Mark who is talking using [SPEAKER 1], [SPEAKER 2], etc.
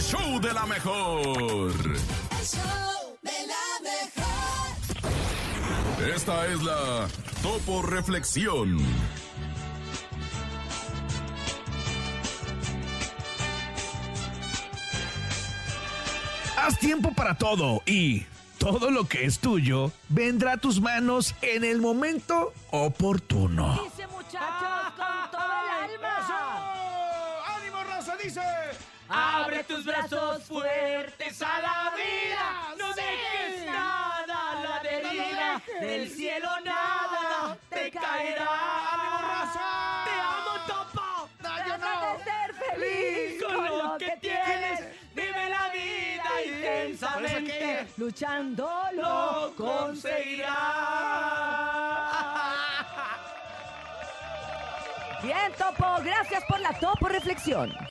[SPEAKER 1] show de la mejor.
[SPEAKER 2] El show de la mejor.
[SPEAKER 1] Esta es la Topo Reflexión.
[SPEAKER 3] Haz tiempo para todo y todo lo que es tuyo vendrá a tus manos en el momento oportuno.
[SPEAKER 4] Dice muchachos con todo el alma.
[SPEAKER 5] ¡Ánimo, raza! Dice.
[SPEAKER 4] Abre tus brazos fuertes a la vida. No dejes nada a la deriva. Del cielo nada te
[SPEAKER 5] ¡Ánimo,
[SPEAKER 4] caerá.
[SPEAKER 5] raza!
[SPEAKER 4] Te amo, topo.
[SPEAKER 5] No, yo
[SPEAKER 4] Trata
[SPEAKER 5] no.
[SPEAKER 4] de ser feliz con lo que tienes. Vive la vida intensamente. Luchándolo conseguirás.
[SPEAKER 6] Bien, Topo, gracias por la Topo Reflexión.